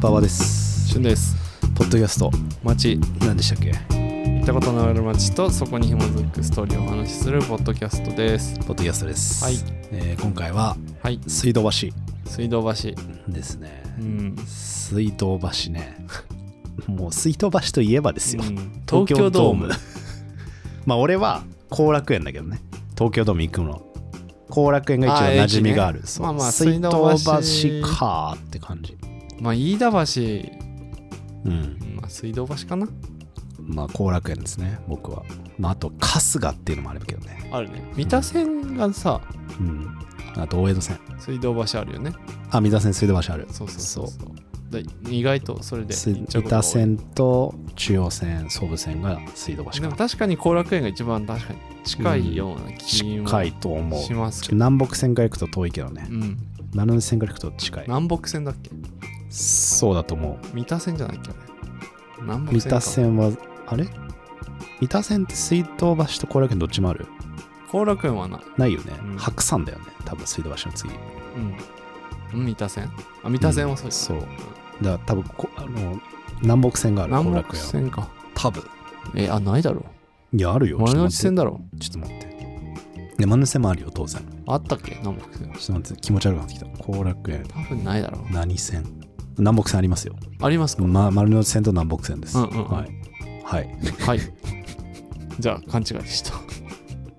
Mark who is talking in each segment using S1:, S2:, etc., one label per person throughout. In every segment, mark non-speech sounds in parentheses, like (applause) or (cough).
S1: 馬場です
S2: 旬です
S1: ポッドキャスト
S2: 街
S1: 何でしたっけ
S2: 行ったことのある街とそこに紐づくストーリーをお話しするポッドキャストです
S1: ポッドキャストです、
S2: はい
S1: えー今回は
S2: はい
S1: 水道
S2: 水道橋
S1: 橋ですね
S2: うん、
S1: 水道橋ね (laughs) もう水道橋といえばですよ、
S2: 東京ドーム
S1: (laughs) まあ俺は後楽園だけどね東京ドーム行くの後楽園が一
S2: あ
S1: 応
S2: ー
S1: 馴染みがある
S2: 駅ね
S1: そう
S2: まあまあ
S1: 水道
S2: 水
S1: 橋
S2: 道橋
S1: かーって感じ
S2: まあ飯田
S1: うん
S2: 橋、まあ、水道橋かな
S1: まあ後楽園ですね僕は、まあ、あと春日っていうのもあるけどね
S2: あるね三田線がさ
S1: うんあと大江戸線
S2: 水道橋あるよね
S1: あ三田線水道橋ある
S2: そうそうそうそうで意外とそれで
S1: 水
S2: 行っちゃうことが
S1: 田
S2: 多い
S1: 線と中央線総武線が水道橋
S2: で
S1: か
S2: も
S1: な
S2: 確かに後楽園が一番確かに近いような気も
S1: 近いと思う
S2: しますけど、
S1: 南北線から行くと遠いけどね
S2: うん、
S1: 七海線から行くと近い
S2: 南北線だっけ
S1: そうだと思
S2: 三田線じゃないっけあれ南
S1: う三
S2: 北線か
S1: 田線はあれ三田線って水道橋と後楽園どっちもある
S2: 後楽園はない
S1: ないよね、
S2: うん
S1: 白山だよね多分水道橋の次
S2: うん三田線あ三田線はそううん
S1: そうだから多分こあの南北線がある後
S2: 南
S1: 楽
S2: 北
S1: 園は
S2: 線か
S1: 多分
S2: えあないだろ
S1: いやあるよ
S2: 丸の内線だろ
S1: ちょっと待ってちょっと待っていや丸の内線もあるよ当然
S2: あったっけ南北線
S1: ちょっと待って気持ち悪くなってきた後楽園
S2: 多分ないだろ
S1: 何線南北線ありますよ、
S2: ありますか
S1: ま、丸の内線と南北線です、
S2: うんうんうん
S1: はい、はい
S2: はいじゃあ勘違いでした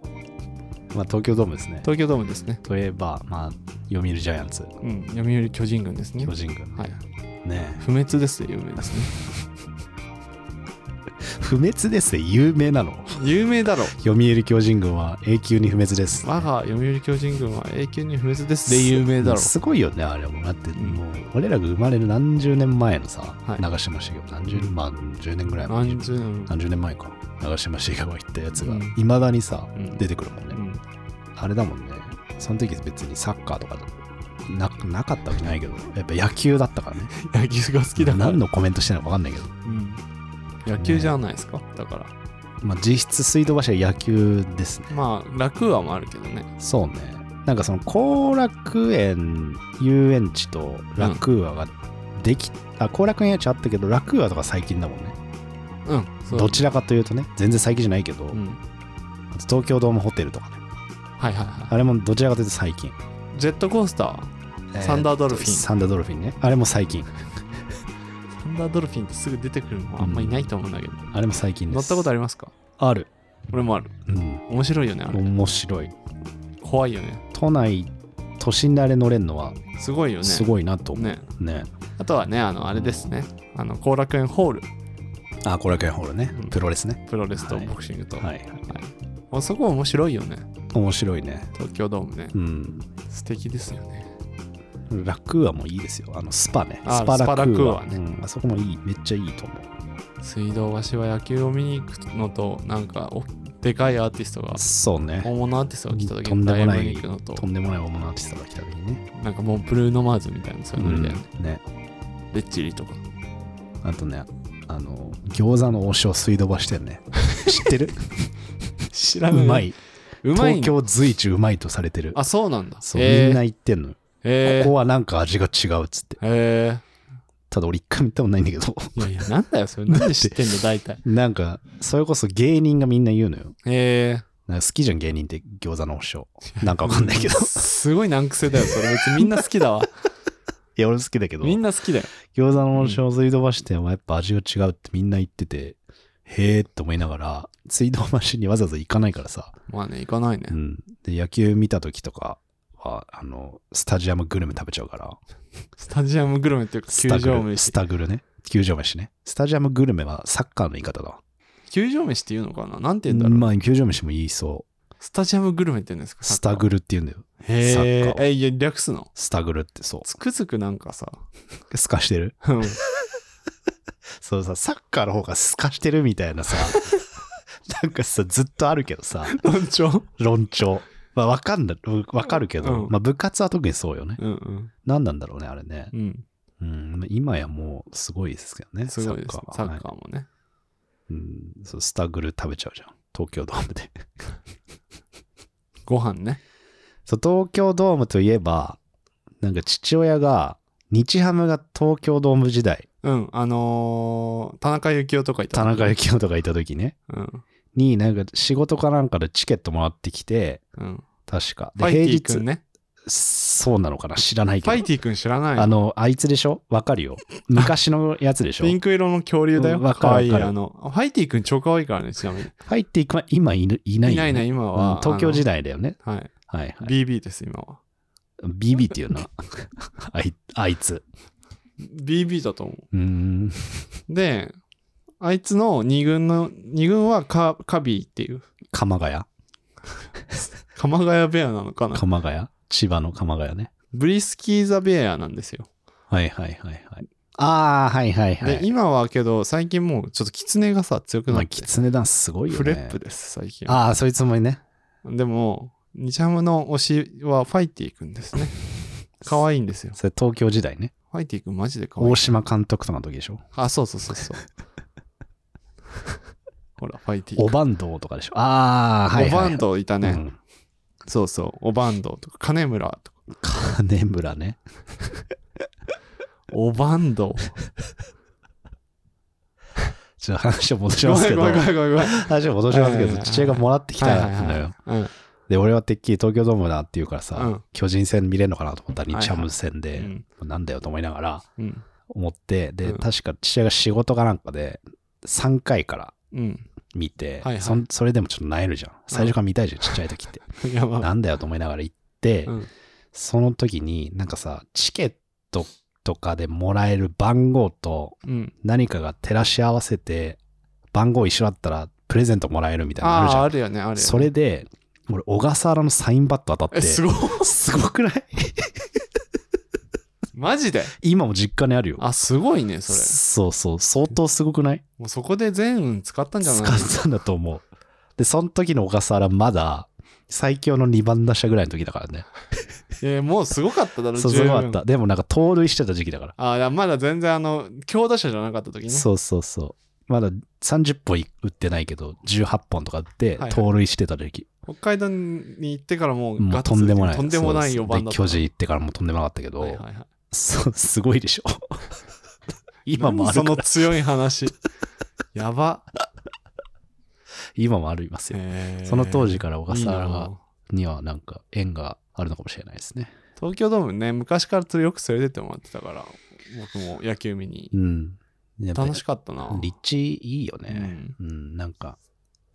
S2: (laughs)
S1: まあ、東京ドームですね
S2: 東京ドームですね
S1: といえば、まあ、読売ジャイアンツ
S2: うん読売巨人軍ですね
S1: 巨人軍、
S2: はい
S1: ね
S2: 不滅ですで有名ですね
S1: 不滅ですね有名なの
S2: 有名だろ
S1: 読売巨人軍は永久に不滅です
S2: 我が読売巨人軍は永久に不滅ですで有名だろ
S1: すすごいよねあれもだって
S2: ん
S1: もう俺らが生まれる何十年前のさ、
S2: はい
S1: 流してましたけど何十年まあ10年ぐらい前
S2: 何十年
S1: 何十年前か流してましたが言ったやつが
S2: うん
S1: いまだにさ、
S2: うん
S1: 出てくるもんね、
S2: うん
S1: あれだもんねその時別にサッカーとかななかったわけないけどやっぱ野球だったからね
S2: (laughs) 野球が好きだから
S1: 何のコメントしてるのか分かんないけど、
S2: うん野球じゃないですかだから
S1: まあ、実質水道橋は野球ですね
S2: まあ楽はもあるけどね
S1: そうねなんかその後楽園遊園地と楽和ができ、あ後楽園遊園地あったけど楽和とか最近だもんね
S2: うんそう
S1: どちらかというとね全然最近じゃないけど、
S2: うん
S1: あと東京ドームホテルとかね
S2: はいはいは
S1: あれもどちらかというと最近
S2: いジェットコースターサン
S1: ー
S2: ダードルフィン、
S1: サンダードルフィンねあれも最近
S2: サンダードルフィンってすぐ出てくるのはあんまいないと思うんだけど、
S1: あれも最近です
S2: 乗ったこと
S1: あ
S2: あ
S1: る
S2: りますか
S1: ある
S2: 俺もある
S1: うん
S2: 面白いよねあれ
S1: 面白い
S2: 怖いよね
S1: 都内都心であれ乗れるのは
S2: すごいよね
S1: すごいなと思うね
S2: ねあとはねあのあれですねあの後楽園ホール
S1: あ後楽園ホールね、
S2: うん
S1: プロレスね
S2: プロレスと
S1: はい
S2: ボクシングと、
S1: はい
S2: もうそこ面白いよね
S1: 面白いね
S2: 東京ドームね
S1: うん
S2: 素敵ですよね
S1: 楽はもういいですよあのスパね
S2: あ
S1: スパ
S2: スパ
S1: ラ
S2: ラ
S1: ク
S2: ク
S1: ー
S2: ー
S1: ア
S2: ア
S1: ね
S2: ね
S1: うん、あそこもいいめっちゃいいと思う
S2: 水道橋は野球を見に行くのとなんかおでかいアーティストが
S1: そうね
S2: 大物アーティストが来た時
S1: とん
S2: に
S1: で
S2: ライ
S1: もな
S2: ブ
S1: い
S2: に行くのと
S1: とんでもない大物アーティストが来た時にね
S2: なんかもうブルーノマーズみたいなそういうノリだよね、
S1: うんね
S2: レッチリとか
S1: あとねあの餃子の王将水道橋店
S2: (laughs)
S1: ね知ってる
S2: 知
S1: うまい
S2: うま
S1: 東
S2: いね
S1: 京随一うまいとされてる
S2: あそうなんだ
S1: そう、
S2: へー
S1: みんな言ってんのよ
S2: えー、
S1: ここはなんか味が違うっつって
S2: え
S1: ただ俺一回も行ったことないんだけど
S2: ー、いやいや、なんだよ、それ。なんで知ってんの、大体。
S1: なんか、それこそ芸人がみんな言うのよ。
S2: え
S1: なんか好きじゃん、芸人って餃子の王将。なんかわかんない
S2: (laughs)
S1: けど
S2: ー、。すごい難癖だよ、それ。別にみんな好き
S1: (laughs)
S2: だわ。
S1: いや、俺好きだけど。
S2: みんな好きだよ。
S1: 餃子の王将、水道橋店はやっぱ味が違うってみんな言ってて、へえって思いながら、水道橋にわざわざ行かないからさ。
S2: まあね、行かないね
S1: う。ん。で、野球見た時とかは、あの、スタジアムグルメ食べちゃうから。
S2: スタジアムグルメっていうか、
S1: ス
S2: 球
S1: タグ
S2: 場
S1: ル、ス
S2: 飯。
S1: タグルね。球場飯ね。スタジアムグルメはサッカーの言い方だわ。
S2: 球場飯っていうのかななんて言うんだろう。
S1: まあ、球場飯も言いそう。
S2: スタジアムグルメって言うんですか
S1: スタグルって言うんだよ。
S2: ル。へ
S1: サッ
S2: ー
S1: カー
S2: え、いや、略すの。
S1: スタグルってそ
S2: つくづくなんかさ、
S1: う。すかしてる
S2: (laughs) うん
S1: そうさ、サッカーの方が透かしてるみたいな
S2: (laughs)
S1: さ、なんかさ、ずっとあるけどさ、
S2: 論調
S1: 論調。まあ、わかんない、わかるけど、
S2: うん
S1: まあ、部活は特にそうよね。
S2: うんうん。
S1: 何なんだろうね、あれね。
S2: うん。
S1: うん、まあ今やもうすごいですけどね、
S2: すごいですね。
S1: サ
S2: サ
S1: ッカーは
S2: ッ
S1: はい
S2: カーもね。
S1: うん、そう、スタグル食べちゃうじゃん。東京ドームで。 (laughs)
S2: ご飯ね。
S1: そう、東京ドームといえば、なんか父親が日ハムが東京ドーム時代、
S2: うん、あのー田中幸雄とかいた。
S1: 田中幸雄とかいた時ね、
S2: うん。
S1: になんか仕事かなんかでチケットもらってきて、
S2: うん。
S1: 確か。
S2: ファ
S1: で、
S2: イテ
S1: 平
S2: ィ君
S1: 日、
S2: ね。
S1: そうなのかな知らない
S2: ファ
S1: け
S2: イ
S1: ど。
S2: ティ君知らないの
S1: あの、あいつでしょわかる
S2: (laughs)
S1: よ。昔のやつでしょ
S2: ピンク色の恐竜だよ。
S1: うんわかる
S2: かわいい。
S1: わかる
S2: あの、ファイティ君超かわいいからね、ちなみに。
S1: 入っていく前、今いぬいない
S2: い
S1: よ
S2: な
S1: ね
S2: いな、今
S1: うん
S2: は。
S1: 東京時
S2: 代。
S1: 代だよね。
S2: はい。
S1: はいはい。
S2: BB です、今は。
S1: BB っていうな。 (laughs) あいあいつ。
S2: BB だと思
S1: うーん。
S2: う。で、あいつの二軍の、二軍はカカビーっていう。
S1: 鎌ヶ谷
S2: 鎌ヶ谷ベアなのかな。
S1: 鎌ヶ谷千葉の鎌ヶ谷ね。
S2: ブリスキーザベアなんですよ。
S1: はいはいはいはい。ああ、はいはいは
S2: で、
S1: い。
S2: 今はけど、最近もうちょっとキツネがさ、強く
S1: ま
S2: なっ
S1: あ、
S2: て
S1: キ。ツネダンスすごいよね。
S2: フレップです、最近は。
S1: ああ、そいつもね。
S2: でも、ニチャムの推しはファイティ君です
S1: (laughs)
S2: ね。可愛いんですよ。
S1: それ東京時代ね。
S2: ファイティ君マジで可愛い
S1: 大。島監督とかの時でしょ。
S2: あ、そうそうそ
S1: (laughs)
S2: うそう。ほら、ファイティ
S1: お
S2: 君。
S1: ばんどうとかでしょ。ああ、はい
S2: お
S1: はい、はい。
S2: ばんどういたね、
S1: うん
S2: そうそう。おばんどうとか、金村とか。
S1: 金村 (laughs) ね。
S2: おばんどう。
S1: ちょっと話を戻し
S2: ご
S1: ます
S2: め
S1: け
S2: ん
S1: ど
S2: ごめん。ごめんごめんごめん。
S1: 話を戻しますけ
S2: はいはい
S1: ど、
S2: はい
S1: 父親がもらってきたのよ。
S2: はいはい
S1: で、俺はてっきり東京ドームだっていうからさ、
S2: うん
S1: 巨人戦見れるのかなと思ったら、日ハム戦
S2: う
S1: で、
S2: ん。
S1: なんだよと思いながら
S2: うん。
S1: 思って、で、
S2: うん
S1: 確か父親が仕事かなんかで、3回から
S2: うん。
S1: 見て、
S2: はいはい
S1: そんそれでもちょっと萎えるじゃん。最初から見たいじゃん、ちっちゃい時って。
S2: うん。やば。
S1: なんだよと思いながら行って、
S2: うん
S1: その時になんかさ、チケットとかでもらえる番号と
S2: うん。
S1: 何かが照らし合わせて、番号一緒だったらプレゼントもらえるみたいなのあるじ
S2: あ
S1: ゃ
S2: あ、
S1: ん。
S2: あるよね、あるよね。
S1: それで、俺、小笠原のサインバット当た
S2: え、
S1: って、
S2: すごい。
S1: すごくない
S2: マジで
S1: 今も実家にあるよ。
S2: あ、すごいね、それ。
S1: そうそう、相当すごくない
S2: もうそこで全運使ったんじゃ
S1: 使
S2: ない
S1: ったんだと思う。で、その時の小笠原まだ、最強の2番打者ぐらいの時だからね。
S2: えーもうすごかっただろ、
S1: そう、
S2: 十
S1: す
S2: 分
S1: ごかった。でもなんか盗塁してた時期だから。
S2: あーいやまだ全然あの強打者じゃなかった時ね
S1: そうそうそう。まだ30本打ってないけど、18本とか打って
S2: いはい、
S1: 盗塁してた時期。
S2: 北海道に行ってからもう
S1: も
S2: ガ
S1: う
S2: ッツ
S1: とんでもない。
S2: とんでもない
S1: そう
S2: 4
S1: そう
S2: 番だ
S1: で、
S2: った
S1: 巨人行ってからもとんでもなかったけど、
S2: はいはいはい
S1: そうすごい
S2: (laughs)
S1: でしょ。今も
S2: 何
S1: ある
S2: そ
S1: か
S2: の
S1: ら、
S2: 強い話 (laughs) やば、
S1: 今もありますよ。
S2: えー
S1: その当時から小笠
S2: い
S1: 原が
S2: いな
S1: にはなんか縁があるのかもしれないですね。
S2: 東京ドームね昔からよく連れてってもらってたから僕も野球見に
S1: うん。やっぱり
S2: 楽しかったな、
S1: 立地いいよね。うん、なんか、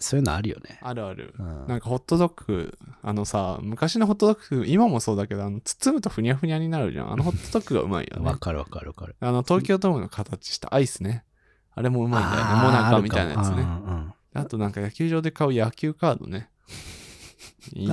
S1: そういうのあるよね。
S2: あるある
S1: うん
S2: なんかホットドッグあのさ昔のホットドッグ今もそうだけどあの包むとふにゃふにゃになるじゃんあのホットドッグがうまいよね
S1: わかるわかるわかる。
S2: あの、東京ドームの形したアイスね。あれもうまいんだよね。
S1: ー
S2: モナカみたいなやつ
S1: ある
S2: ね。
S1: かもうんうんうん
S2: あとなんか野球場で買う野球カードね。一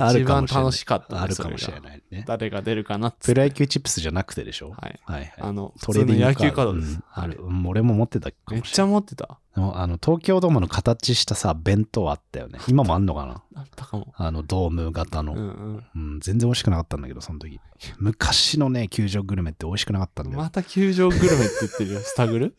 S1: (laughs) あるか
S2: 番
S1: もしれない
S2: 楽しかったね
S1: あるかもし
S2: そ
S1: れ
S2: が
S1: ないね。
S2: 誰が出るかなっつ
S1: プ
S2: っ
S1: ロ
S2: て。
S1: 野球チップスじゃなくてでしょ
S2: はい。
S1: はいはい。
S2: あの、
S1: ト
S2: 普
S1: レ
S2: 通
S1: ーデ
S2: の
S1: ィング
S2: 野球カードで
S1: う
S2: す
S1: ん。ある。うん俺も持ってたか
S2: めっ
S1: もし
S2: ち
S1: れ
S2: ゃ
S1: ない。
S2: 持ってた。
S1: でもあの東京ドームの形したさ、弁当あったよね。今もあんのかな
S2: あったかも。
S1: あの、ドーム型の。
S2: うんうん。
S1: うん、全然美味しくなかったんだけど、その時。昔のね、球場グルメって美味しくなかったんだよ。
S2: また球場グルメって言って
S1: (laughs)
S2: るよ。スタグル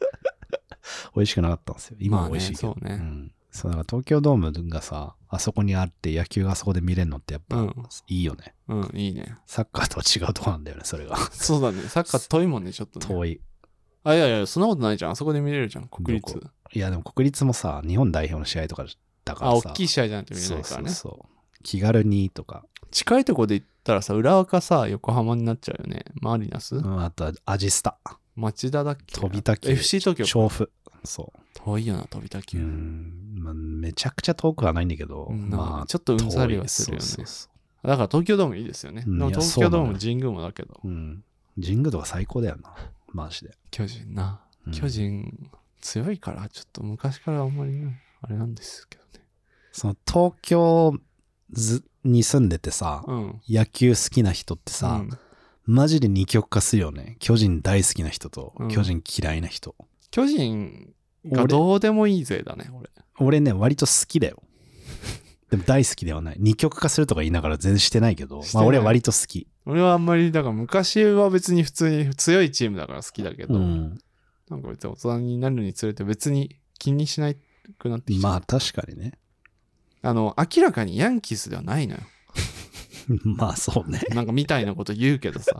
S1: 美味しくなかったんですよ。今
S2: ま
S1: は
S2: あ
S1: 美
S2: ね
S1: 味しいけど。
S2: そうね
S1: ん。そう、だから東京ドームがさ、あそこにあって野球があそこで見れるのってやっぱ
S2: うん
S1: いいよね。
S2: うん、いいね。
S1: サッカーとは違うとこなんだよね、それが。
S2: そうだね。サッカー遠いもんね、ちょっと、ね。
S1: 遠い。
S2: あ、いやいや、そんなことないじゃん。あそこで見れるじゃん、国
S1: ど
S2: 立。
S1: いや、でも国立もさ、日本代表の試合とかだから
S2: あ、
S1: さ。
S2: 大きい試合じゃなくて見れ
S1: そ
S2: ないうか
S1: そ
S2: ら
S1: う
S2: ね。
S1: そう。気軽にとか、
S2: 近いとこで行ったらさ、浦和かさ、横浜になっちゃうよね。マリナス、
S1: うん、あとはアジスタ、
S2: 町田だっけ
S1: 飛びた球
S2: FC 東京。
S1: 調布。そ
S2: 遠いよな、飛びた
S1: う。
S2: 球。
S1: うん、まあ、めちゃくちゃ遠くはないんだけど、
S2: うん
S1: まあ、
S2: ちょっとうんざりはするよね。
S1: 遠いそうそうそ
S2: だから東京ドームいいですよね。
S1: うん
S2: でも
S1: いや
S2: 東京ドー
S1: そうなの
S2: ム、
S1: よ
S2: 神宮もだけど、
S1: ううん。神宮とか最高だよ
S2: (laughs)
S1: な、マジで。
S2: 巨人な
S1: うん。
S2: 巨人強いから、ちょっと昔からあんまりね、あれなんですけどね。
S1: その東京ずに住んでてさ、
S2: うん。
S1: 野球好きな人ってさ、
S2: うん
S1: マジで二極化するよね。巨人大好きな人と、
S2: うん
S1: 巨人嫌いな人。
S2: 巨人が
S1: 俺
S2: どうでもいい勢だね、俺。
S1: 俺ね、割と好きだ
S2: (laughs)
S1: よ。でも大好きではない。二極化するとか言いながら全然してないけど
S2: し、て
S1: ま
S2: な
S1: あ
S2: い
S1: 俺は割と好き。
S2: 俺はあんまり、だから昔は別に普通に強いチームだから好きだけど、
S1: うん。
S2: なんか別に大人になるにつれて別に気にしないくなってきた。
S1: まあ確かにね。 (laughs)
S2: あの、明らかにヤンキースではないのよ。
S1: まあそうね。
S2: なんかみたいなこと言うけどさ。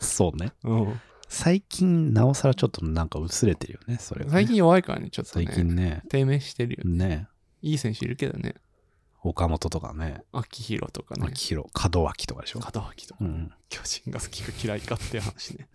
S1: そうね。
S2: うん。
S1: 最近なおさらちょっとなんか薄れてるよねそれがね
S2: 最近弱いからね、ちょっと
S1: 最
S2: ね。
S1: 近ね
S2: 低迷してるよね。
S1: ね
S2: いい選手いるけどね。
S1: 岡本とかね
S2: 秋広とかね。
S1: 秋広門脇とかでしょ、
S2: 門脇とか
S1: う。ん、
S2: 巨人が好きか嫌いかっていう話ね。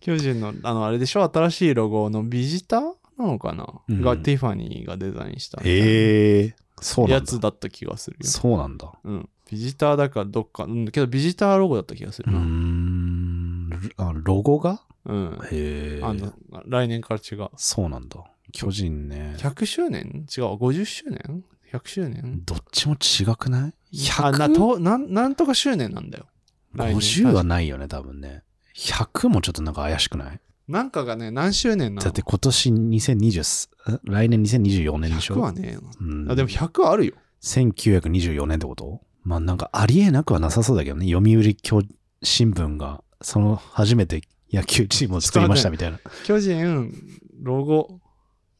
S2: 巨人の、あの、あれでしょ新しいロゴのビジターなのかな、
S1: うん
S2: がティファニーがデザインした。
S1: ええそうな
S2: や
S1: んだ
S2: つだった気がするよ。
S1: そうなんだ
S2: うん。ビジターだからどっか、うん、けどビジターロゴだった気がす
S1: う
S2: る
S1: ー
S2: な。
S1: んあロゴが
S2: うん。
S1: へえ
S2: あの、来年から違う。
S1: そうなんだ巨人ね
S2: 100周年違う、50周年 ?100 周年
S1: どっちも違くない
S2: あな
S1: ?100
S2: となんなんとか周年なんだよ。来年
S1: 50はないよね多分ね100もちょっとなんか怪しくない
S2: なんかがね、何周年なの
S1: だって今年2020ん来年2024年でしょ
S2: 100はねえな
S1: うん
S2: あでも100はあるよ。
S1: 1924年ってことまあなんかありえなくはなさそうだけどね読売教新聞がその初めて野球チームを作りましたみたいな
S2: 巨人、ロゴ、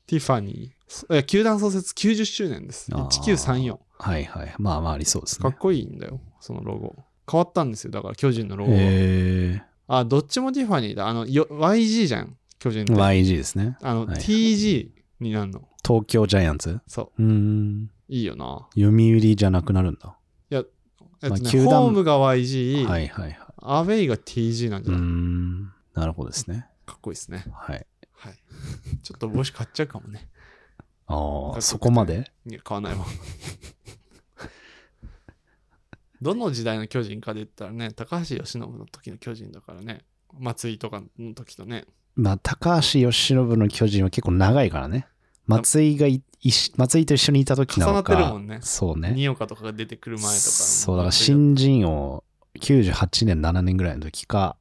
S2: ティファニー。え球団創設90周年です。
S1: あー
S2: 1934。
S1: はいはいまあまあありそうです
S2: か
S1: ね
S2: っこいいんだよ、そのロゴ。変わったんですよ、だから巨人のロゴが。
S1: え
S2: あ、どっちもティファニーだ。あの、よ YG じゃん、巨人っ
S1: ー、
S2: て。
S1: YG ですね
S2: あの、
S1: はい
S2: TG になるの。
S1: 東京ジャイアンツ
S2: そう
S1: ーん
S2: う、いいよな。
S1: 読売じゃなくなるんだ
S2: えっとね、
S1: 球団
S2: ホームが YG、
S1: はいはいはい
S2: アウェイが TG なん
S1: う
S2: じゃ
S1: ー
S2: ない、
S1: んなるほどですね
S2: かっこいいですね。
S1: はい
S2: はい。 (laughs) ちょっと帽子買っちゃうかもね。
S1: ああ
S2: く
S1: そこまで
S2: いや、買わない (laughs) わ。どの時代の巨人かで言ったらね、高橋由伸の時の巨人だからね、松井とかの時とね、
S1: まあ高橋由伸の巨人は結構長いからね松井がいいし松井と一緒にいた時なのか
S2: 重なってるもんね
S1: そうね
S2: 新岡とかが出てくる前とか。
S1: そうだから
S2: 松井が
S1: 新人王98年7年ぐらいの時か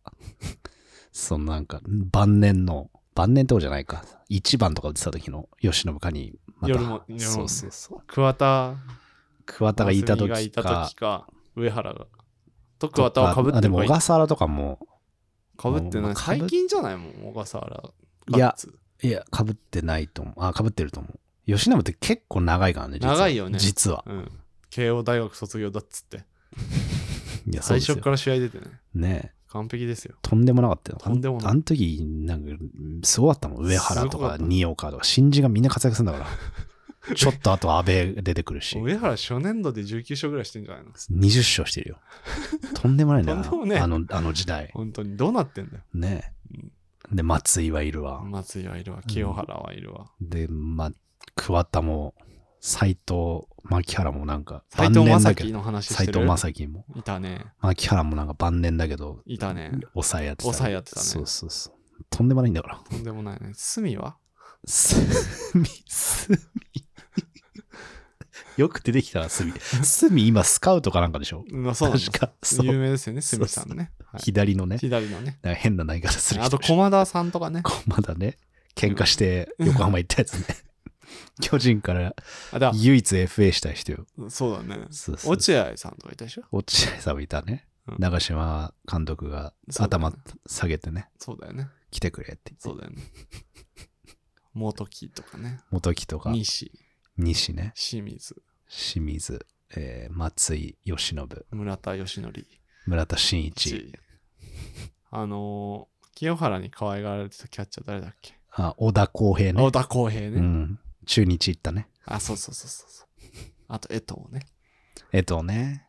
S1: (laughs) そのなんか晩年の晩年ってことじゃないか1番とか打ってた時の由伸かにまた
S2: 夜も夜もね
S1: そうそうそう
S2: 桑田
S1: 桑田
S2: が
S1: がい
S2: い
S1: た
S2: た
S1: 時か
S2: 時か上原が。と桑田はかぶっ
S1: あ
S2: て
S1: でも小
S2: ない。
S1: 笠原とかも
S2: かぶって
S1: ま
S2: な
S1: あ
S2: い。
S1: かぶ
S2: 最近じゃないもん、小笠原。
S1: いや
S2: ガッツ
S1: いやかぶってないと思うあかぶってると思う吉永って結構長いからね実は
S2: 長いよね
S1: 実は
S2: うん。慶応大学卒業だっつって。
S1: いやそう
S2: 最
S1: です
S2: 初
S1: よ
S2: から試合出てね。
S1: ねえ
S2: 完璧ですよ。
S1: とんでもなかったよ
S2: とんでもない
S1: あん時なんかすごかったもん上原
S2: す
S1: と
S2: ごか
S1: か
S2: った
S1: 新岡とか新人がみんな活躍するんだから
S2: (laughs)
S1: ちょっとあと安倍出てくるし
S2: 上原初年度で19勝ぐらいしてんじゃないの
S1: 20勝してるよ。とんでもないんだよな。
S2: とんでもねえ
S1: あの、あの時代。
S2: 本当にどうなってんだよ。
S1: ねえ。で、松井はいるわ。
S2: 松井はいるわ、清原はいるわ。
S1: で、ま、桑田も、斎藤、牧原もなんか、
S2: 斎藤
S1: 晩年
S2: 正
S1: だけ
S2: 樹
S1: ど。
S2: の話して
S1: 斎
S2: る。
S1: 藤正樹も。
S2: いたね。
S1: 牧原もなんか晩年だけど、
S2: いたね。
S1: 抑えやってた。
S2: 抑えやってたね
S1: そうそうそう。とんでもないんだから。
S2: とんでもないね。隅は
S1: すみ、すみ。よく出てきたな、すみ。すみ、今、スカウトかなんかでしょ
S2: うん、そうなんで
S1: 確
S2: す。
S1: か。そう
S2: 有名ですよね、隅さんね。はい
S1: 左のね。
S2: 左のね。
S1: なんか変な投げ方する人
S2: あと、駒田さんとかね。
S1: まだね、喧嘩して横浜行ったやつね。巨人から
S2: あ、だ
S1: 唯一 FA した人よ。
S2: そうだね。
S1: そうそう
S2: 落合さんとかいたでしょ
S1: 落合さんもいたね
S2: うん。
S1: 長島監督が
S2: そうだね
S1: 頭下げてね、
S2: そうだよね。
S1: 来てくれって言
S2: そ
S1: って。
S2: うだ
S1: (laughs)
S2: よね。元木とかね。
S1: 元木とか、
S2: 西、
S1: 西ね、
S2: 清水、
S1: 清水、えー松井、由伸、
S2: 村田義則。
S1: 村田真一、
S2: あのー清原に可愛がられてたキャッチャー誰だっけ
S1: あ小田康平ね
S2: 青。田浩平ね。
S1: うん。中日行ったね。
S2: あ、そうそうそうそうそう。あと、江藤ね。
S1: 江藤ね。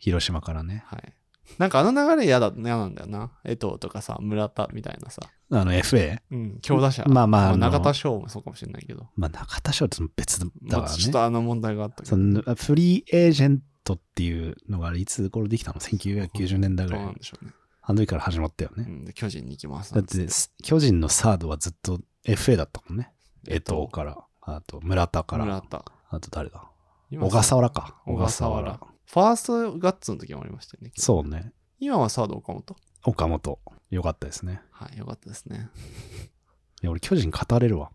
S1: 広島からね。
S2: はい。なんかあの流れ嫌だ、嫌なんだよな。江藤とかさ、村田みたいなさ。
S1: あの FA?
S2: うん、強打者。
S1: まあまああの
S2: 中田翔もそうかもしれないけど。
S1: まあ中田翔と別だ
S2: ま
S1: か
S2: あ
S1: らね。
S2: ちょっとあの問題があったけ
S1: そ
S2: ど。
S1: のフリーエージェントっていうのがあれいつ頃できたの ?1990 年代ぐ
S2: ど
S1: らい
S2: うな。んでしょうね。
S1: あの時から始まったよ
S2: う
S1: ね。
S2: ん、で巨人に行きます
S1: だ
S2: な
S1: っ
S2: ん
S1: て
S2: つ、
S1: 巨人のサードはずっと FA だったもんね。江
S2: 江藤
S1: 藤から、あと村田から、
S2: 村田。
S1: あと誰だ
S2: 今
S1: 小笠原か。
S2: 小笠原。ファーストガッツの時もありましたよね。う。
S1: そうね。
S2: 今はサード岡本。
S1: 岡本。よかったですね。
S2: はい、よかったですね。
S1: いや俺、巨人語れるわ。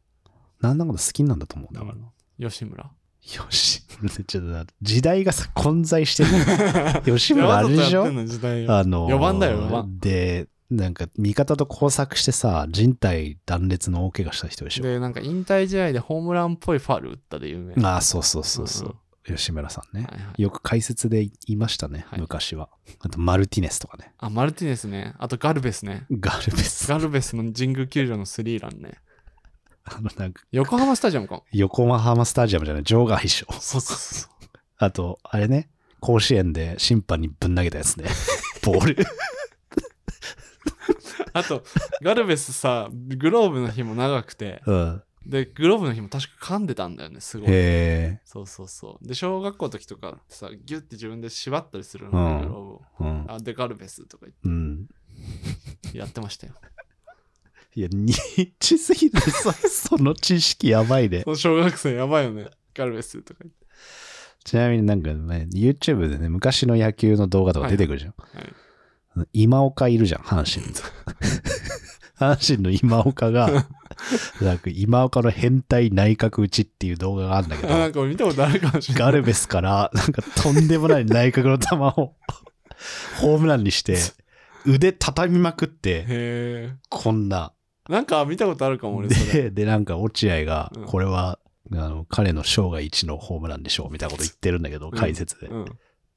S1: なんだかんだ好きなんだと思う。だから。
S2: 吉村。
S1: 吉村、ちょっとな時代がさ、混在
S2: (laughs)
S1: してる。 (laughs) 吉村あれでしょ
S2: わざとやってんの時代
S1: あのー
S2: 四番だよ四番
S1: で、なんか味方と交錯してさ、人体断裂の大怪我した人でしょ。
S2: で、なんか引退試合でホームランっぽいファール打ったで有名。
S1: ああ、そうそうそうそう。
S2: ん
S1: 吉村さんね。
S2: はいはい
S1: よく解説で言いましたね、
S2: はい
S1: 昔は。あと、マルティネスとかね。
S2: あ、マルティネスね。あとガルベスね。
S1: ガルベス。
S2: ガルベスの神宮球場のスリーランね。
S1: あの、なんか、
S2: 横浜スタジアムかも。
S1: 横浜スタジアムじゃない、場外賞。
S2: そうそうそう。
S1: あと、あれね、甲子園で審判にぶん投げたや
S2: (laughs)
S1: つね。ボール。
S2: あと、ガルベスさ、グローブの日も長くて、
S1: うん。
S2: で、グローブの日も確か噛んでたんだよね、すごい。
S1: へ
S2: そうそうそう。で、小学校の時とかさ、ギュッて自分で縛ったりするの、
S1: うん
S2: グローブを。
S1: え。うん。
S2: あ、で、ガルベスとか言っ
S1: うん。
S2: てやってましたよ。
S1: いや、ニッチすぎてさ、 (laughs) その知識やばいね
S2: (laughs) そ。の (laughs) 小学生やばいよね。ガルベスとか言って。
S1: ちなみになんかね、YouTube でね、昔の野球の動画とか出てくるじゃん。
S2: はいはい
S1: 今岡いるじゃん、阪神。
S2: (laughs)
S1: 阪神の今岡が、なんか今岡の変態内角打ちっていう動画があるんだけ
S2: あ、
S1: ど
S2: な、んか俺見たことあるかもしれない。
S1: ガルベスから、なんかとんでもない内角の球をホームランに
S2: (laughs)
S1: して、腕畳みまくって、
S2: へえ。
S1: こんな。
S2: なんか見たことあるかも、俺それ。
S1: で、で、なんか落合が
S2: うん、
S1: これは、あの彼の生涯一のホームランでしょうみたいなこと言ってるんだけど、
S2: ん
S1: 解説で。
S2: うん。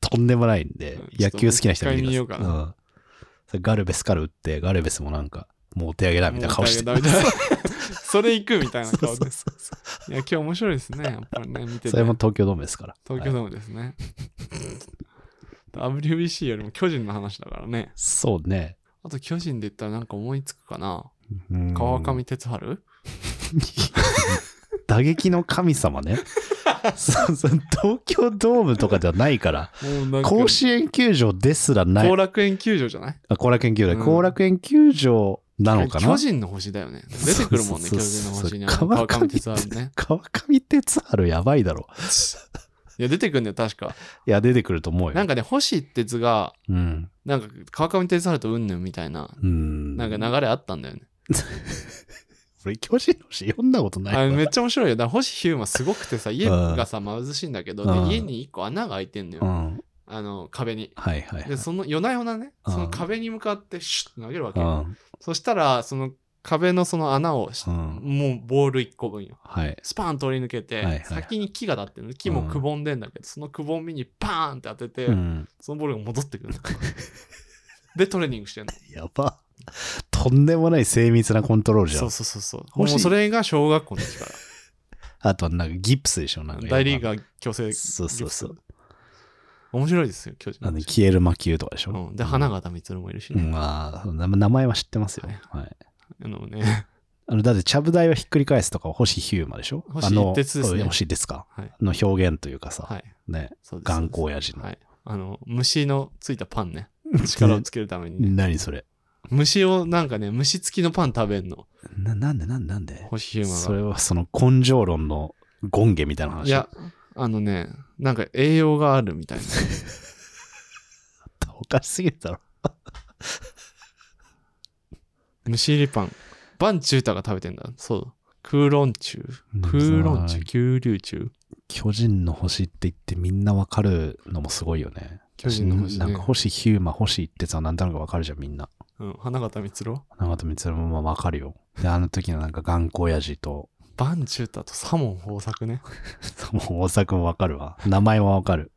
S1: とんでもないんで
S2: うん、
S1: 野球好きな人は
S2: ちょっともう一回見ようか
S1: うんそれガルベスから打って、ガルベスもなんか、もうお手上げだみたいな顔して。
S2: もう大丈夫大丈
S1: (laughs)
S2: 夫それ行くみたいな
S1: そう
S2: 顔
S1: そう
S2: で。
S1: そうそ
S2: いや、今日面白いですね。やっぱりね、見てて。
S1: うそれも東京ドームですから。
S2: 東
S1: は
S2: 京
S1: い
S2: ドームですね。WBC よりも巨人の話だからね。
S1: そうね。
S2: あと巨人で言ったらなんか思いつくかな。
S1: うん
S2: 川上哲治
S1: 打撃の神様
S2: (laughs)
S1: ね。そうそう東京ドームとかではないから、
S2: もうなんか
S1: 甲子園球場ですらない
S2: 後。楽園球場じゃない
S1: あ後楽園球場だ、
S2: うん
S1: 後楽園球場なのかな
S2: 巨人の星だよね。出てくるもんね、
S1: そ
S2: 巨
S1: うそ
S2: 人
S1: うそう
S2: の星に。
S1: そう
S2: 川
S1: 川上
S2: 上
S1: 哲
S2: 哲治ね。
S1: (laughs) 川上哲治やばいだろ。
S2: いや、出てくるんだよ、確か。
S1: いや、出てくると思うよ。
S2: なんかね、星って図が、
S1: うん。
S2: なんか川上哲治とうんぬんみたいな、
S1: うん。
S2: なんか流れあったんだよね。
S1: 俺、巨人の詩読んだことない
S2: あ
S1: わ。
S2: れめっちゃ面白いよ。だから星ヒューマすごくてさ、家
S1: うん
S2: がさ、貧しいんだけど、
S1: うん
S2: で家に一個穴が開いてんの
S1: う
S2: よ。
S1: ん。
S2: あの、壁に。
S1: はいはい、はい。
S2: で、その夜な夜なね、
S1: うん
S2: その壁に向かってシュッと投げるわ
S1: う
S2: け。
S1: ん。
S2: そしたら、その壁のその穴をし、
S1: うん。
S2: もうボール1個分よ。
S1: はい。
S2: スパーン通り抜けて、
S1: はいはい
S2: 先に木が立ってるの木もくぼんでんだけど、そのくぼみにバーンって当てて、
S1: うん。
S2: そのボールが戻ってくるので、トレーニングしてんの。
S1: やば。とんでもない精密なコントロールじゃ
S2: そ
S1: ん
S2: う。そうそうそう。もう
S1: 星
S2: それが小学校の時か。。
S1: あとはなんかギプスでしょ、なんから
S2: 大リーガー強制
S1: そうそうそう。
S2: 面白いですよ、巨人
S1: あの、消える魔球とかでしょ。
S2: うん、で、花形光もいるし
S1: う
S2: ね。
S1: ん、まあ、名名前は知ってますよ。
S2: は
S1: はいい。
S2: あのね、
S1: あのだって、ちゃぶ台をひっくり返すとかは星ヒューマでしょ
S2: 星
S1: あの
S2: 鉄ですね
S1: うん星ですか。
S2: はい。
S1: の表現というかさ、
S2: はい。
S1: ね、
S2: そうです。
S1: 頑固親父の。
S2: はい。あの、虫のついたパンね。力をつけるためにね。
S1: 何それ
S2: 虫を、なんかね、虫付きのパン食べんの。
S1: ななんでなんでなんで
S2: 星ヒューマ
S1: そ
S2: が。
S1: れはその根性論の権下みたいな話
S2: いや、あのね、なんか栄養がある
S1: (laughs)
S2: みたいな。
S1: おかしすぎるだろ
S2: 虫入りパン。バンチュータが食べてんだ。そう。空論中。空論中、九龍中。
S1: 巨人の星って言ってみんなわかるのもすごいよね
S2: 巨人の星ね
S1: なんか星ヒューマ星ってさ何となくわかるじゃんみんな
S2: うん、花形光郎。
S1: 長門光もまあわかるよであの時のなんか頑固親父と (laughs)
S2: バンチュータとサモン豊作ね。
S1: もう大作もわかるわ名前もわかる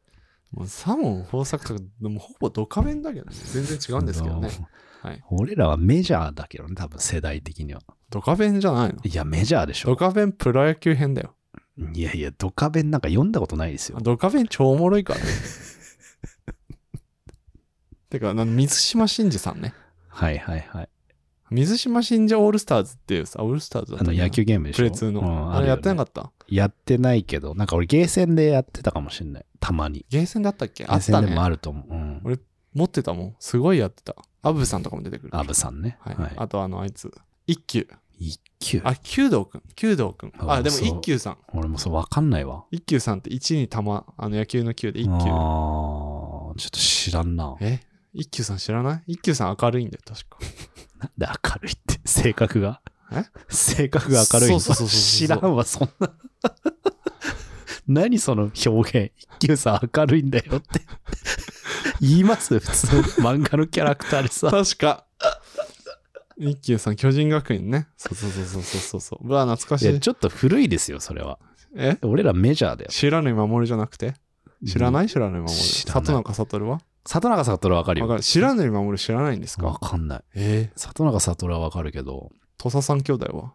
S2: もうサモン豊作とか、もうほぼドカベンだけど、ね、全然違うんですけどね。はい
S1: 俺らはメジャーだけどね多分世代的には
S2: ドカベンじゃないの
S1: いやメジャーでし
S2: ド
S1: ょ
S2: カベンプロ野球編だよ。
S1: いやいやドカベンなんか読んだことないですよ
S2: ドカベン超おもろいから、ね。 (laughs) てか、あの水島真司さんね。
S1: はいはいはい
S2: 水島真司オールスターズっていうさ、オールスターズだっ
S1: あの
S2: たっけな
S1: 野球ゲームでしょ
S2: プレ2の、
S1: うん
S2: あれやってな
S1: るよね
S2: かった
S1: やってないけど、なんか俺ゲーセンでやってたかもしれない。たまに。
S2: ゲーセンだったっけ
S1: ゲ
S2: あ
S1: ー
S2: っ
S1: セ
S2: た
S1: ンで
S2: ね
S1: もあると思う。うん
S2: 俺。持ってたもん。すごいやってた。アブさんとかも出てくる。
S1: アブさんね。
S2: はい。
S1: は
S2: あとあの、あいつ。一休。
S1: い。一級。
S2: あ、九道くん。九道くん。
S1: あ
S2: あ、でも
S1: そう
S2: 一休さん。
S1: 俺もそうわかんないわ。
S2: 一休さんって一に玉、あの野球の球で一
S1: あー
S2: 休。
S1: ちょっと知らんな。
S2: え一休さん知らない一休さん明るいんだよ、確か。
S1: (laughs) なんで明るいって。 (laughs) 性格が
S2: え
S1: 性格が明るいの
S2: そうそうそうそうそ
S1: 知
S2: う
S1: らんわ、そんな。 (laughs) 何その表現。一級さん明るいんだよって。 (laughs) 言います普通。漫画のキャラクターでさ。
S2: 確か。一休さん、巨人学院ね。そうそうそうそうそうそうそう。うわ、懐か
S1: い
S2: し
S1: や、
S2: い。
S1: ちょっと古いですよ、それは。
S2: え
S1: 俺らメジャーだよ。
S2: 知らぬ守るじゃなくて知らないい知らない守る。
S1: 知らない
S2: 里中悟は
S1: 里中悟はわかる
S2: わ
S1: よ。
S2: かる知らない守る知らないんです
S1: わ
S2: か
S1: かんない。
S2: ええ
S1: 里中悟はわかるけど、
S2: 土佐三兄弟は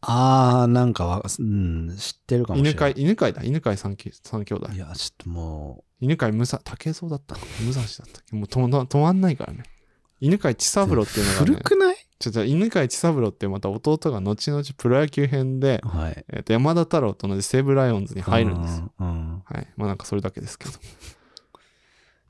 S1: あー、なんかわ、うん、知ってるかもし
S2: 犬
S1: れな
S2: 飼
S1: い。
S2: 犬飼だ。犬飼三兄三兄弟。
S1: いや、ちょっとも
S2: 犬飼武蔵、竹蔵だったか。武蔵だったっけもう止ま止まんないからね。犬飼千三郎っていうのが、
S1: う、
S2: ね、
S1: 古くない
S2: ちょちょ犬飼千三郎ってまた弟が後々プロ野球編で、
S1: はい。
S2: えっと山田太郎と同じ西武ライオンズに入るんです。
S1: うん。うん
S2: はい。まあなんかそれだけですけど。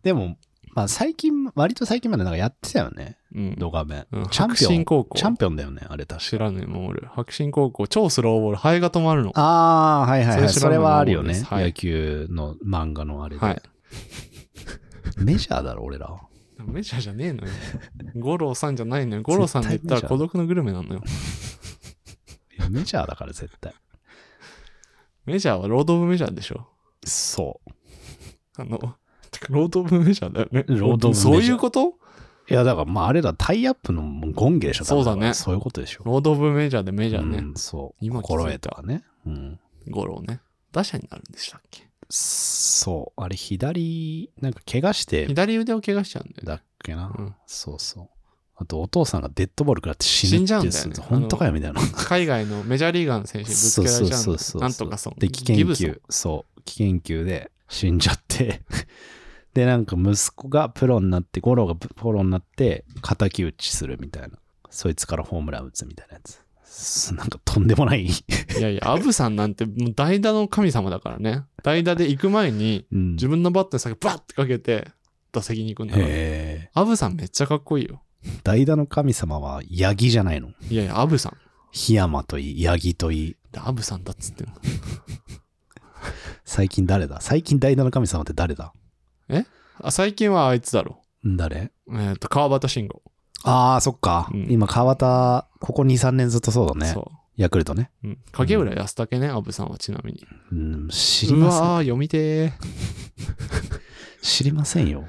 S1: でも、まあ最近、割と最近までなんかやってたよね。
S2: うん。
S1: ドカベン
S2: うん。
S1: チャン
S2: 白
S1: ピオ
S2: 新
S1: ン。
S2: 高校。
S1: チャンピオンだよね、あれ確か。
S2: 知らぬい守る。白新高校、超スローボール、ハエが止まるの。
S1: あー、はいはいはい。
S2: それ知らない
S1: それはあるよね
S2: です。はい
S1: 野球の漫画のあれ
S2: はい
S1: で。。メジャーだろ、俺ら。
S2: メジャーじゃねえ
S1: (laughs)
S2: のよ。五郎さんじゃないのよ。五郎さんって言ったら孤独のグルメなのよ。
S1: いやメジャーだから絶対。
S2: メジャーはロード・オブ・メジャーでしょ。
S1: そ
S2: あの、てかロード・オブ・メジャーだよね。
S1: ロードオブメジャー
S2: そういうこと
S1: う。いや、だからまああれだ、タイアップのもう権下でしょ。多分
S2: そうだね
S1: そういうことでしょ。
S2: ロード・オブ・メジャーでメジャーね。
S1: うんそう。
S2: 今気づ
S1: 心
S2: いた
S1: 得とかね。うん。
S2: 五郎ね。打者になるんでしたっけ
S1: そう。あれ、左、なんか怪我して
S2: 左腕を怪我しちゃうんだよね。
S1: だっけな。
S2: うん
S1: そうそう。あと、お父さんがデッドボール食らって死ぬって
S2: 死んじゃうんだよね
S1: やつ本当かよ、みたいな。
S2: 海外のメジャーリーガーの選手にぶつ
S1: そ
S2: け
S1: う
S2: ら
S1: そ
S2: れ
S1: う
S2: ちゃう
S1: そ
S2: ん
S1: う
S2: だ
S1: そ
S2: よ。
S1: う。
S2: なんとかそう。
S1: で、危険
S2: ギブソン
S1: 球。そう。危険球で死んじゃって。 (laughs) で、なんか息子がプロになって、ゴロがプロになって、敵討ちするみたいな。そいつからホームラン打つみたいなやつ (laughs) す。なんかとんでも
S2: (laughs)
S1: ない。
S2: いやいや、アブさんなんてもう代打の神様だからね。代打で行く前に、
S1: うん。
S2: 自分のバットに先バッてかけて、打席に行くんだから。
S1: へ
S2: アブさんめっちゃかっこいいよ。
S1: ー代打の神様はヤギじゃないの。
S2: いやいや、アブさん。
S1: 檜山といい、ヤギといい。
S2: でアブさんだっつってんの。
S1: 最近誰だ最近代打の神様って誰だ
S2: あ、最近はあいつだろ。
S1: 誰
S2: えっ、と、川端慎吾。
S1: ああ、そっか。
S2: うん
S1: 今、川端、ここ2、3年ずっとそうだね。
S2: そ
S1: ヤクルトね。
S2: う。うん、影浦安武ね、アブさんはちなみに。
S1: うん、知り
S2: う
S1: ません。
S2: わー、読みてー。
S1: 知りませんよ。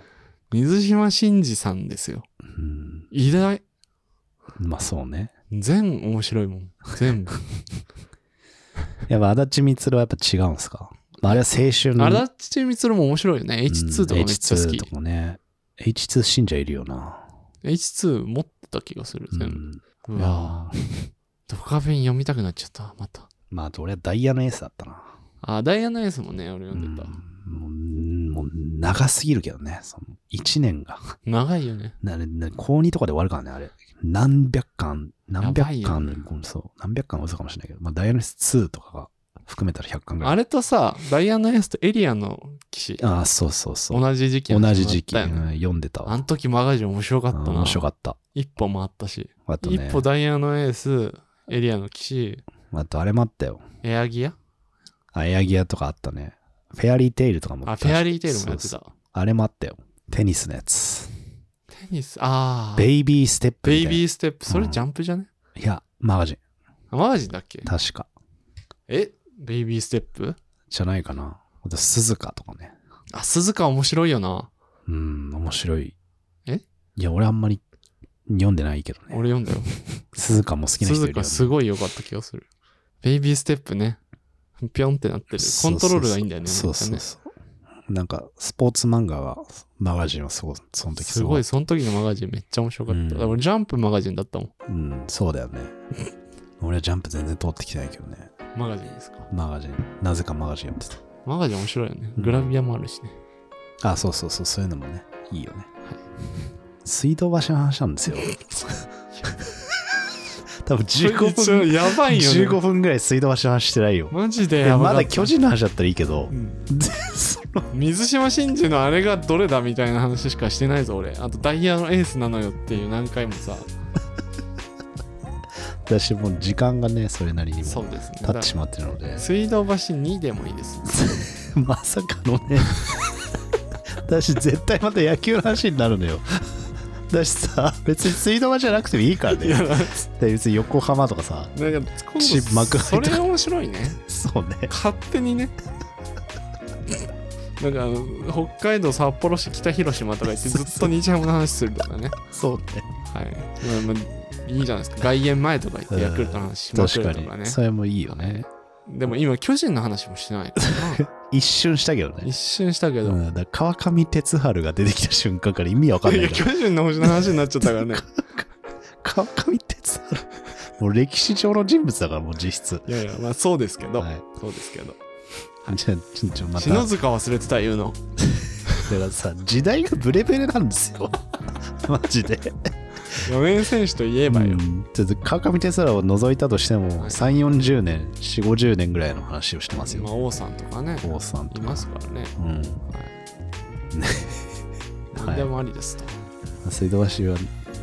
S2: 水島新司さんですよ。
S1: うん、
S2: 偉大。
S1: まあそうね。
S2: 全面白いもん。全部。
S1: やっぱ、足立光はやっぱ違うんすか、まあ、あれは青春の。
S2: あらちみつるも面白いよね。H2 とかめっちゃ好
S1: うん
S2: き
S1: H2。とかね。H2 信者いるよな。
S2: H2 持ってた気がする、
S1: う
S2: 全
S1: ん。
S2: 部。
S1: いうや
S2: わ
S1: ー
S2: ドカベン読みたくなっちゃった、また。
S1: まあ、あと俺はダイヤのエースだったな。
S2: あ、ダイアナエースもね、俺読んでた。
S1: うんもう、もう長すぎるけどね。その1年が。 (laughs)
S2: 長いよね。
S1: なな高2とかで終わるからね、あれ。何百巻、何
S2: やば
S1: 百
S2: いよね
S1: 巻、うんそう、何百巻は嘘かもしれないけど、まあ、ダイアナス2とかが含めたら100巻ぐらい。
S2: あれとさ、ダイアナエースとエリアの騎士。
S1: ああ、そうそうそう。
S2: 同じ時期の
S1: 同じ時期、
S2: だったよね
S1: うん読んでたわ。
S2: あの時マガジン面白かったな。
S1: うん面白かった。
S2: 一歩もあったし。
S1: あと
S2: 一
S1: ね
S2: 歩、ダイヤのエース、エリアの騎士、
S1: あとあれもあったよ。
S2: エアギア
S1: あエアギアとかあったね。フェアリーテイルとかも
S2: あ、
S1: った
S2: フェアリーテイルもやっ
S1: そ
S2: て
S1: うそう
S2: た。
S1: あれもあったよ。テニスのやつ。
S2: テニス、あー
S1: ベイビーステップ
S2: ベ
S1: み
S2: イ
S1: たい
S2: ビーステップ。それジャンプじゃね、
S1: な。いや、マガジン。
S2: あマガジンだっけ
S1: 確か。
S2: えベイビーステップ
S1: じゃないかな。あと、鈴鹿とかね。
S2: あ、鈴鹿面白いよな。
S1: うん、面白い。
S2: え
S1: いや、俺あんまり読んでないけどね。
S2: 俺読んだよ。
S1: 鈴鹿も好きな人いるよ、
S2: 鈴
S1: ね。
S2: 鹿すごい良かった気がする。ベイビーステップね。ぴょんってなってる。コ
S1: そう
S2: ン
S1: そう
S2: ト
S1: そ
S2: ロ
S1: う
S2: ールがいいんだよね。
S1: そうそ
S2: め
S1: う
S2: っち
S1: そう。なんか、スポーツ漫画は、マガジンはすごい、その
S2: ゃね
S1: 時
S2: すごい、その時のマガジンめっちゃ面白かった。
S1: うん
S2: だから俺ジャンプマガジンだったもん。
S1: うん、そうだよね。俺はジャンプ全然通ってきてないけどね。
S2: マガジンですか。
S1: マガジン。なぜかマガジン読んで
S2: マガジン面白いよね。グラビアもあるしね。
S1: た。あ、そうそうそう、そういうのもね、いいよね。水道橋の話なんですよ。 (laughs) 多分15
S2: ちょ
S1: 分、
S2: やばいよ、ね。
S1: 15分ぐらい水道橋の話してないよ。
S2: マジで
S1: え
S2: やば
S1: ま
S2: かった
S1: だ巨人の話だったらいいけど
S2: う、ん (laughs)
S1: そ
S2: 水島真司のあれがどれだみたいな話しかしてないぞ俺あとダイヤのエースなのよっていう何回もさ
S1: 私もう時間がね、それなりにも
S2: そうですね
S1: 経ってしまってるので。
S2: 水道橋2でもいいです
S1: (laughs) まさかのね私絶対また野球の話になるのよ私さ別に水道橋じゃなくてもいいから
S2: いや
S1: ねで別に横浜とかさ
S2: なんか今
S1: ち幕
S2: 度
S1: 開いた
S2: それ面白いね
S1: そうね
S2: 勝手にね (laughs) なんかあの北海道札幌市北広島とか言ってずっと日ハムの話するとかね
S1: そうね
S2: はい、まあまあいいじゃないですか外苑前とか言ってヤクルトの話しまく
S1: 確
S2: る
S1: か
S2: とかね
S1: にそれもいいよね
S2: でも今、巨人の話もしてない
S1: (laughs)
S2: から
S1: 一瞬したけど
S2: な。
S1: ね。
S2: 一瞬したけど。
S1: うん、だから川上哲治が出てきた瞬間から意味わかん
S2: い
S1: ない
S2: や、
S1: け
S2: 巨
S1: ど、
S2: 人の星の話になっちゃった
S1: (laughs)
S2: からね。
S1: 川上哲治、もう歴史上の人物だから、もう実質。
S2: いやいや、まあそうですけど。
S1: はい
S2: そうですけど。
S1: じゃあ、ちょちょまた、
S2: 篠
S1: だか
S2: 塚忘れてた言うの。
S1: らさ、時代がブレブレなんです
S2: (laughs)
S1: よ。マジで。
S2: 4年選手といえばよ。
S1: うんちょっと川上哲也を除いたとしても、
S2: はい
S1: 3、40年、4、50年ぐらいの話をしてます
S2: まあ
S1: よ。
S2: 王さんとかね。
S1: 王さん
S2: い
S1: とか
S2: ま。すからね。
S1: うん。はい
S2: 何でもありですと。
S1: 水道橋は、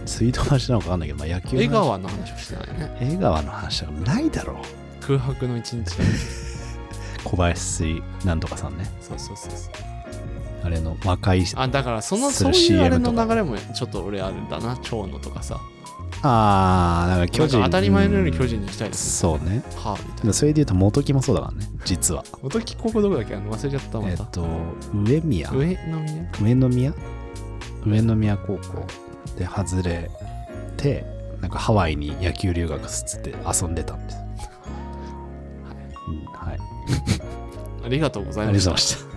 S1: 水道橋なのかわかんないけど、まあ野球の話
S2: 江川の話をしてないね。
S1: 江川の話はないだろう。
S2: 空白
S1: (laughs)
S2: の一日だね。
S1: 小林なんとかさんね。
S2: そうそうそうそう。
S1: あれの若い。
S2: あ、だからその、
S1: す
S2: そう
S1: る
S2: いうあれ
S1: CM
S2: の
S1: とか
S2: 流れもちょっと俺あるんだな。蝶野とかさ。
S1: ああ、だから巨
S2: なん
S1: 人。
S2: か当たり前のように巨人に行きたいです。
S1: そうね。
S2: はあ、みたい
S1: で
S2: な。
S1: それで言うと、元木もそうだからね、実は。
S2: 元木高校どこだっけあの忘れちゃったま
S1: え
S2: た
S1: っ。と、上宮。
S2: 上の宮
S1: 上宮上宮高校で外れてなんかハワイに野球留学すっつって遊んでたんです、うんはい、
S2: ありがとうござ
S1: あ
S2: い
S1: りがとう
S2: ま
S1: ご
S2: し
S1: ざい
S2: た
S1: ま。した